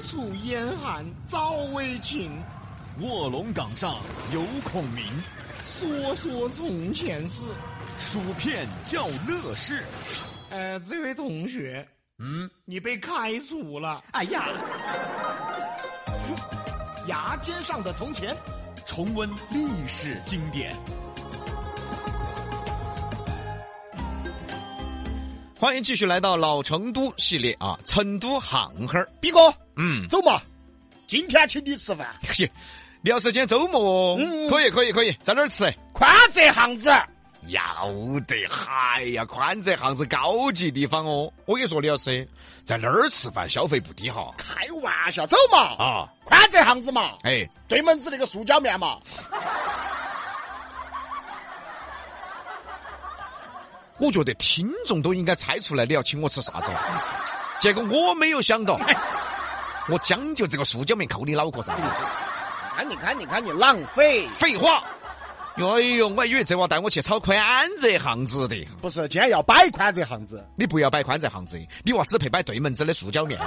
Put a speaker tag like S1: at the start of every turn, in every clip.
S1: 楚严寒照危情，
S2: 卧龙岗上有孔明，
S1: 说说从前事。
S2: 薯片叫乐事。
S1: 呃，这位同学，
S2: 嗯，
S1: 你被开除了。
S3: 哎呀，牙尖上的从前，
S2: 重温历史经典。
S4: 欢迎继续来到老成都系列啊，成都巷哈儿。
S3: 逼哥，
S4: 嗯，
S3: 走嘛，今天请你吃饭，
S4: 嘿你要是今天周末哦，
S3: 嗯
S4: 可以可以可以，在哪儿吃？
S3: 宽窄巷子。
S4: 要得，嗨呀，宽窄巷子高级地方哦。我跟你说，李老师，在那儿吃饭消费不低哈。
S3: 开玩笑，走嘛！
S4: 啊，
S3: 宽窄巷子嘛，
S4: 哎，
S3: 对门子那个塑胶面嘛，
S4: 我觉得听众都应该猜出来你要请我吃啥子 了，结果我没有想到， 我将就这个塑胶面扣你脑壳上。
S3: 看你看你看你浪费。
S4: 废话，哎呦，我还以为这娃带我去炒宽窄巷子的，
S3: 不是，今天要摆宽窄巷子，
S4: 你不要摆宽窄巷子，你娃只配摆对门子的塑胶面。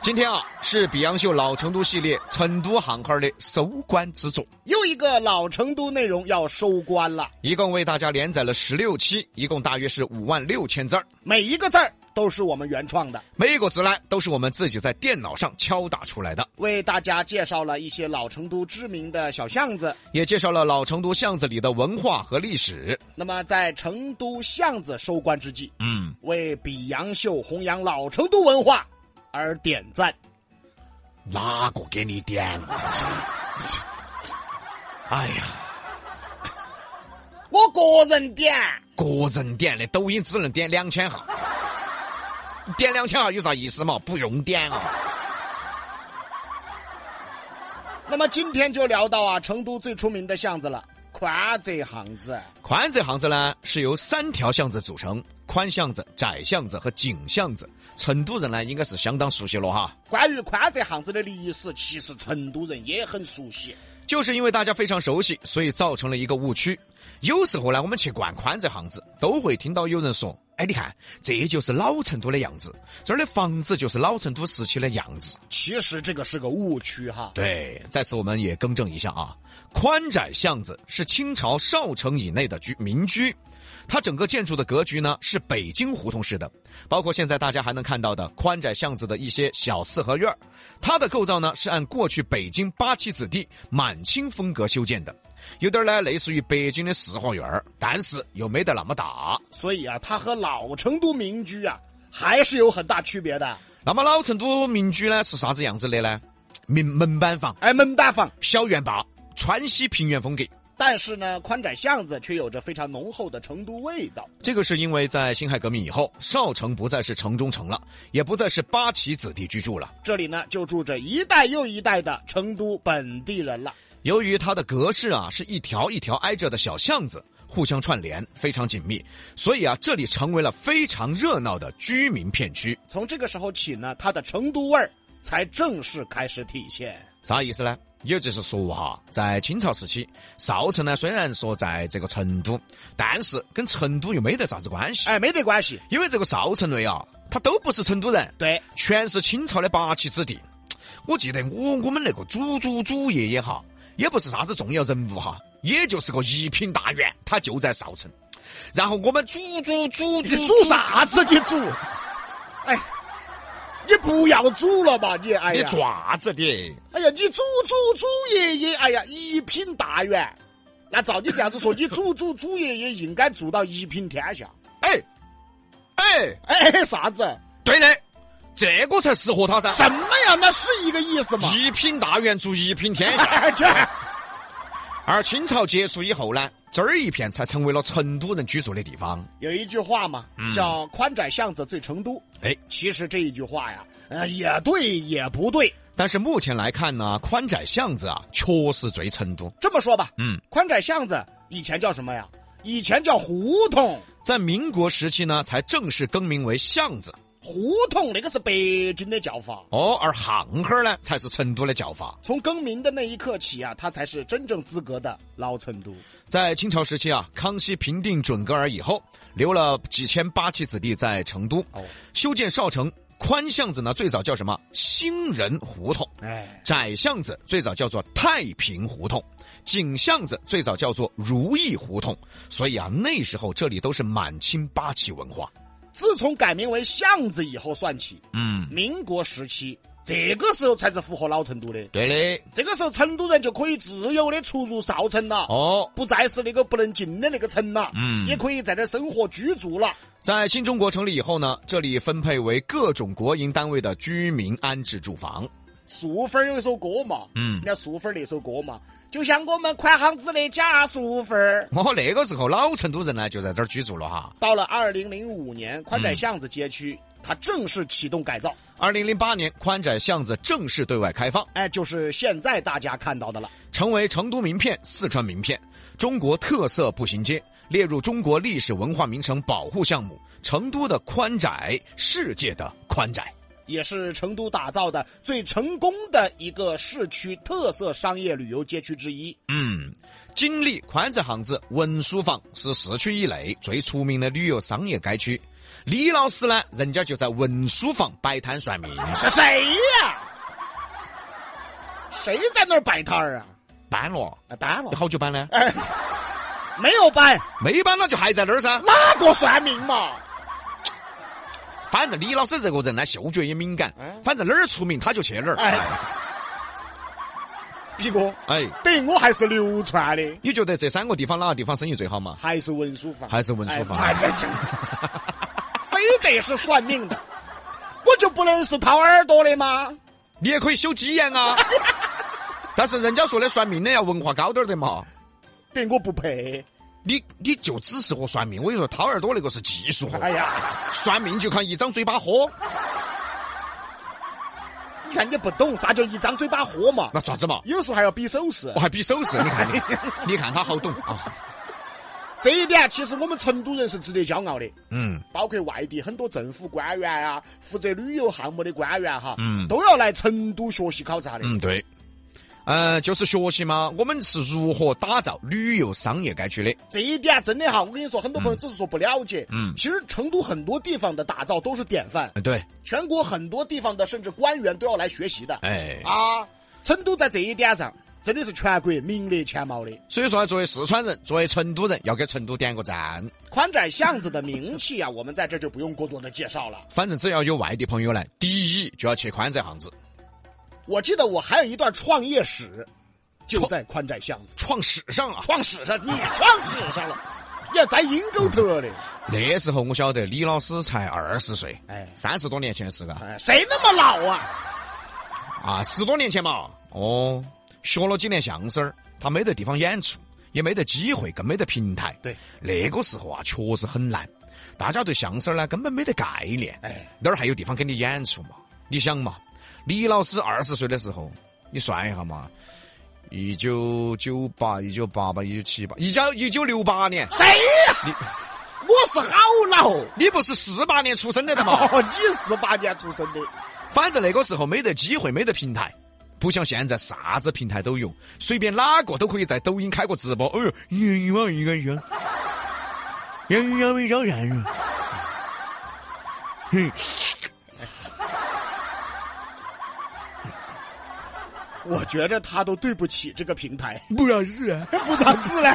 S4: 今天啊，是比洋秀老成都系列成都巷口儿的收官之作。
S3: 又一个老成都内容要收官了，
S4: 一共为大家连载了十六期，一共大约是五万六千字儿。
S3: 每一个字儿都是我们原创的，
S4: 每一个字呢，都是我们自己在电脑上敲打出来的，
S3: 为大家介绍了一些老成都知名的小巷子。
S4: 也介绍了老成都巷子里的文化和历史。
S3: 那么，在成都巷子收官之际，
S4: 嗯，
S3: 为比洋秀弘扬老成都文化而点赞。
S4: 哪个给你点？哎呀，
S3: 我个人点，
S4: 个人点的抖音只能点两千哈，点两千哈有啥意思嘛？不用点啊！
S3: 那么今天就聊到啊，成都最出名的巷子了，宽窄巷子。
S4: 宽窄巷子呢是由三条巷子组成，宽巷子、窄巷子和井巷子。成都人呢应该是相当熟悉了哈。
S3: 关于宽窄巷子的历史，其实成都人也很熟悉。
S4: 就是因为大家非常熟悉，所以造成了一个误区。有时候呢，我们去逛宽窄巷子，都会听到有人说：“哎，你看，这就是老成都的样子，这儿的房子就是老成都时期的样子。
S3: 其实这个是个误区哈”。
S4: 对，在此我们也更正一下啊，宽窄巷子是清朝少城以内的居民居，它整个建筑的格局呢是北京胡同式的，包括现在大家还能看到的宽窄巷子的一些小四合院儿它的构造呢是按过去北京八旗子弟满清风格修建的，有点儿呢类似于北京的四合院儿但是又没得那么大。
S3: 所以啊，它和老成都民居啊还是有很大区别的。
S4: 那么老成都民居呢是啥子样子的呢？民门板房、
S3: 哎，门板房，
S4: 小院坝、川西平原风格。
S3: 但是呢，宽窄巷子却有着非常浓厚的成都味道。
S4: 这个是因为在辛亥革命以后，少城不再是城中城了，也不再是八旗子弟居住了。
S3: 这里呢，就住着一代又一代的成都本地人了。
S4: 由于它的格式啊是一条一条挨着的小巷子，互相串联，非常紧密，所以啊这里成为了非常热闹的居民片区。
S3: 从这个时候起呢，它的成都味儿才正式开始体现。
S4: 啥意思呢？也就是说哈，在清朝时期，少城呢虽然说在这个成都，但是跟成都又没得啥子关系，
S3: 哎，没得关系，
S4: 因为这个少城内啊，他都不是成都人，
S3: 对，
S4: 全是清朝的八旗子弟。我记得我我们那个祖祖祖爷爷哈，也不是啥子重要人物哈，也就是个一品大员，他就在少城。然后我们祖祖祖
S3: 你
S4: 祖
S3: 煮？啥子？你煮？哎，你不要煮了吧你！哎
S4: 你
S3: 呀，
S4: 爪子的？
S3: 哎呀，你煮煮煮爷爷，哎呀，一品大员。那照你这样子说，你煮煮煮爷爷应该做到一品天下。
S4: 哎哎，
S3: 哎，啥子？
S4: 对的，这个才适合他噻。
S3: 什么呀？那是一个意思吗？
S4: 一品大员做一品天下。
S3: 哎 这
S4: 而清朝结束以后呢，这儿一片才成为了成都人居住的地方。
S3: 有一句话嘛，叫“宽窄巷子最成都”。
S4: 嗯哎，
S3: 其实这一句话呀，呃，也对也不对。
S4: 但是目前来看呢，宽窄巷子啊，确实最成都。
S3: 这么说吧，
S4: 嗯，
S3: 宽窄巷子以前叫什么呀？以前叫胡同，
S4: 在民国时期呢，才正式更名为巷子。
S3: 胡同那个是北京的叫法。
S4: 哦，而巷哈儿呢，才是成都的叫法。
S3: 从更名的那一刻起啊，它才是真正资格的老成都。
S4: 在清朝时期啊，康熙平定准噶尔以后，留了几千八旗子弟在成都
S3: 哦，
S4: 修建少城。宽巷子呢最早叫什么兴仁胡同，
S3: 哎，
S4: 窄巷子最早叫做太平胡同，井巷子最早叫做如意胡同。所以啊，那时候这里都是满清八旗文化。
S3: 自从改名为巷子以后算起，
S4: 嗯，
S3: 民国时期，这个时候才是符合老成都的。
S4: 对嘞。
S3: 这个时候，成都人就可以自由的出入少城了，
S4: 哦，
S3: 不再是那个不能进的那个城了，
S4: 嗯
S3: 也可以在这儿生活居住了。
S4: 在新中国成立以后呢，这里分配为各种国营单位的居民安置住房。
S3: 素芬儿有一首歌嘛，
S4: 嗯
S3: 人家素芬儿那首歌嘛，就像我们宽巷子的贾素芬儿。
S4: 哦，那个时候老成都人呢就在这儿居住了哈。
S3: 到了二零零五年，宽窄巷子街区，
S4: 嗯
S3: 它正式启动改造，
S4: 二零零八年，宽窄巷子正式对外开放，
S3: 哎，就是现在大家看到的了。
S4: 成为成都名片、四川名片、中国特色步行街，列入中国历史文化名城保护项目。成都的宽窄，世界的宽窄。
S3: 也是成都打造的最成功的一个市区特色商业旅游街区之一。
S4: 嗯，锦里宽窄巷子文殊坊是市区以内最出名的旅游商业街区。李老师呢，人家就在文殊坊摆摊算命，
S3: 是谁呀、谁在那儿摆摊儿啊？
S4: 搬了，
S3: 啊，搬了
S4: 有，好久搬呢？
S3: 哎，没有搬，
S4: 没搬了就还在那儿噻。
S3: 哪个算命嘛？
S4: 反正李老师这个人呢，嗅觉也敏感
S3: 嗯，
S4: 反正哪儿出名他就去哪儿。
S3: 哎
S4: 哎，
S3: 毕哥，
S4: 哎，
S3: 等于我还是流川的，
S4: 你觉得这三个地方哪个地方生意最好嘛？
S3: 还是文书房，
S4: 还是文书房
S3: 哎这这这非得是算命的，我就不能是掏耳朵的吗？
S4: 你也可以修鸡眼 啊。但是人家说的算命的要文化高点儿的嘛。
S3: 等于我不配。
S4: 你你就只适合算命，我跟你说，掏耳朵那个是技术活，
S3: 哎呀，
S4: 算命就看一张嘴巴喝，
S3: 你看你不懂啥叫一张嘴巴喝嘛，
S4: 那爪子嘛，
S3: 有时候还要比手势
S4: 我。还比手势，你 看你，你看他好懂啊，
S3: 这一点其实我们成都人是值得骄傲的。
S4: 嗯，
S3: 包括外地很多政府官员啊，负责旅游项目的官员哈，
S4: 嗯
S3: 都要来成都学习考察的。
S4: 嗯，对。呃，就是学习嘛，我们是如何打造旅游商业街区的？
S3: 这一点真的哈，我跟你说，很多朋友只是说不了解。
S4: 嗯
S3: 其实成都很多地方的打造都是典范，
S4: 呃对，
S3: 全国很多地方的甚至官员都要来学习的。
S4: 哎，
S3: 啊，成都在这一点上真的是全国名列前茅的。
S4: 所以说啊，作为四川人，作为成都人，要给成都点个赞。
S3: 宽窄巷子的名气啊，我们在这就不用过多的介绍了。
S4: 反正只要有外地朋友来，第一就要去宽窄巷子，
S3: 我记得我还有一段创业史，就
S4: 创
S3: 在宽窄巷子。
S4: 创史上 啊！
S3: 创史上，你创史上了，要在阴沟头的。
S4: 那时候我晓得李老师才二十岁，
S3: 哎
S4: 三十多年前是个
S3: 哎，谁那么老啊？
S4: 啊，十多年前嘛。哦，学了几年相声儿，他没得地方演出，也没得机会，更没得平台。
S3: 对，
S4: 那个时候啊，确实很难，大家对相声儿呢根本没得概念。
S3: 哎，
S4: 哪儿还有地方给你演出嘛？你想嘛，李老师二十岁的时候，你算一下嘛，一九九八、一九八八、一九七八，一九一九六八年，
S3: 谁呀、我是好老，
S4: 你不是四八年出生的 的嘛？
S3: 哦，你四八年出生的，
S4: 反正那个时候没得机会，没得平台，不像现在啥子平台都有，随便哪个都可以在抖音开个直播。哎呦，一万一个人，人人为招人。嘿，
S3: 我觉着他都对不起这个平台，
S4: 不然是啊，
S3: 不咋子呢？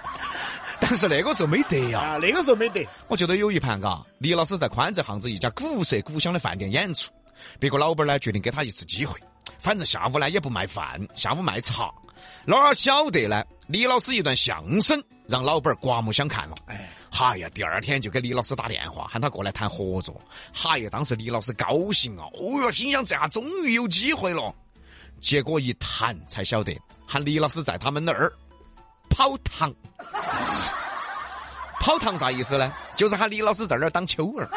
S4: 但是那个时候没得呀、
S3: 啊，那个时候没得，
S4: 我记得有一盘嘎，李老师在宽窄巷子一家古色古香的饭店演出，别个老板呢决定给他一次机会，反正下午呢也不卖饭，下午卖茶。哪儿晓得呢？李老师一段相声让老板刮目相看了。
S3: 哎，
S4: 嗨呀，第二天就给李老师打电话，喊他过来谈合作。嗨呀，当时李老师高兴啊，哦哟，心想这下终于有机会了。结果一谈才晓得，喊李老师在他们那儿跑堂。跑堂啥意思呢？就是喊李老师在那儿当秋儿，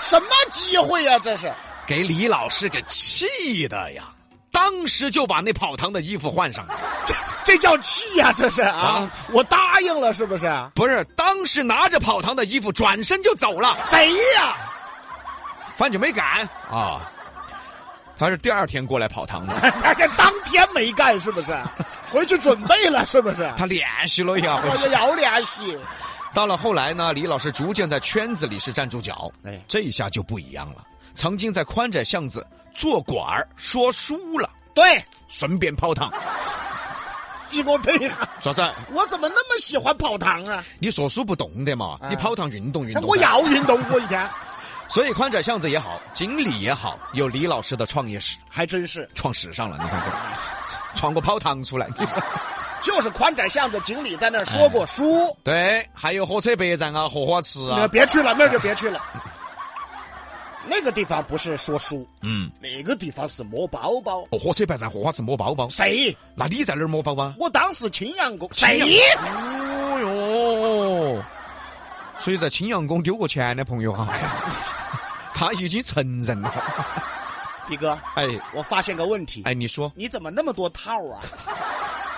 S3: 什么机会呀、这是
S4: 给李老师给气的呀！当时就把那跑堂的衣服换上，
S3: 这叫气呀、这是啊
S4: 啊
S3: 我答应了是不是？
S4: 不是，当时拿着跑堂的衣服转身就走了。
S3: 谁呀、
S4: 反正没干啊。他是第二天过来跑堂的，
S3: 他这当天没干是不是？回去准备了是不是？
S4: 他练习了一下回
S3: 我
S4: 去。
S3: 也要联系。
S4: 到了后来呢，李老师逐渐在圈子里是站住脚，
S3: 哎
S4: 这一下就不一样了。曾经在宽窄巷子做馆儿，说书了，
S3: 对，
S4: 顺便泡汤。
S3: 你给我等一下，
S4: 啥子？
S3: 我怎么那么喜欢泡汤啊？
S4: 你说书不动的嘛？你泡汤运动运动。
S3: 我要运动，我一天
S4: 所以宽窄巷子也好，锦里也好，有李老师的创业史
S3: 还真是，
S4: 创史上了。你看这，创个跑堂出 来。
S3: 就是宽窄巷子经理在那儿说过书，
S4: 对，还有火车北站啊，荷花池
S3: 那
S4: 啊，
S3: 别去了，那儿就别去 了。那个地方不是说书，
S4: 嗯，
S3: 那个地方是摸包包。
S4: 哦，火车北站、荷花池摸包包。
S3: 谁？
S4: 那你在哪儿摸包包？
S3: 我当时青阳过。
S4: 青
S3: 谁
S4: 阳？哦哟，所以在青阳宫丢过钱的朋友 哈、他已经承认了。
S3: 比哥，
S4: 哎
S3: 我发现个问题，
S4: 哎，你说
S3: 你怎么那么多套啊？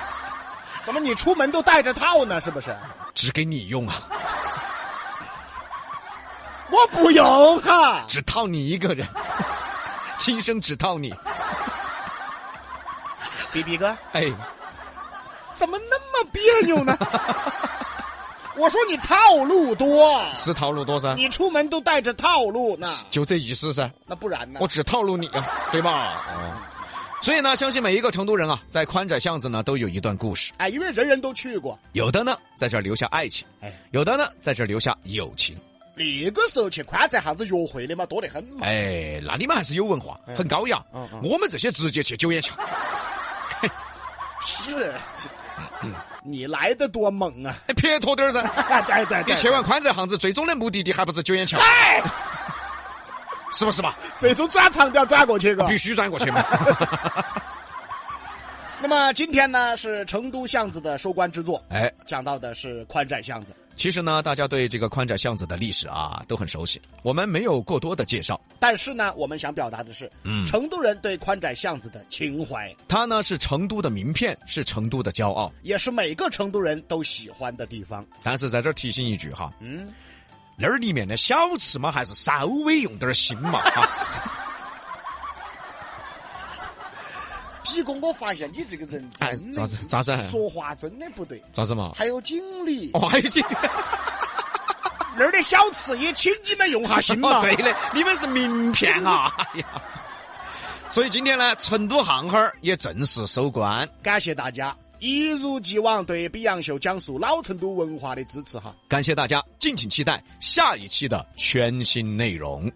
S3: 怎么你出门都带着套呢？是不是？
S4: 只给你用啊，
S3: 我不啊用 哈。
S4: 只套你一个人，亲生只套你。
S3: 比比哥，
S4: 哎，
S3: 怎么那么别扭呢？ 我说你套路多，
S4: 是套路多噻，
S3: 你出门都带着套路呢，
S4: 就这意思噻。
S3: 那不然呢
S4: 我？只套路你啊，对吧？哦，所以呢，相信每一个成都人啊，在宽窄巷子呢都有一段故事，
S3: 哎，因为人人都去过，
S4: 有的呢在这儿留下爱情，
S3: 哎
S4: 有的呢在这儿留下友情。
S3: 那个时候去宽窄巷子约会的嘛，多得很嘛。
S4: 哎，那你们还是有文化，很高雅。
S3: 嗯嗯
S4: 我们这些直接去九眼桥。
S3: 是，你来的多猛啊！
S4: 哎撇脱点儿噻。
S3: 对对
S4: 你
S3: 对，
S4: 去完宽窄巷子，最终的目的地还不是九眼桥，
S3: 哎，
S4: 是不是嘛？
S3: 最终转场调转过去个。
S4: 必须转过 去嘛。
S3: 那么今天呢是成都巷子的收官之作，
S4: 哎，
S3: 讲到的是宽窄巷子。
S4: 其实呢，大家对这个宽窄巷子的历史啊都很熟悉，我们没有过多的介绍。
S3: 但是呢，我们想表达的是，
S4: 嗯
S3: 成都人对宽窄巷子的情怀，
S4: 它呢是成都的名片，是成都的骄傲。
S3: 也是每个成都人都喜欢的地方。
S4: 但是在这儿提醒一句哈，
S3: 嗯，
S4: 那儿里面的小吃嘛，还是稍微用点儿心嘛。哈
S3: 毕哥，我发现你这个人
S4: 哎
S3: 真的
S4: 咋子咋子
S3: 说话真的不对。
S4: 咋子嘛？
S3: 还有经理，
S4: 哦，还有这个。
S3: 那儿的小吃也请你们用下心嘛。
S4: 哦对的，你们是名片啊！哎呀， 所以今天呢，成都巷哈儿也正式收官，
S3: 感谢大家一如既往对《比洋秀》讲述老成都文化的支持哈。
S4: 感谢大家，敬请期待下一期的全新内容。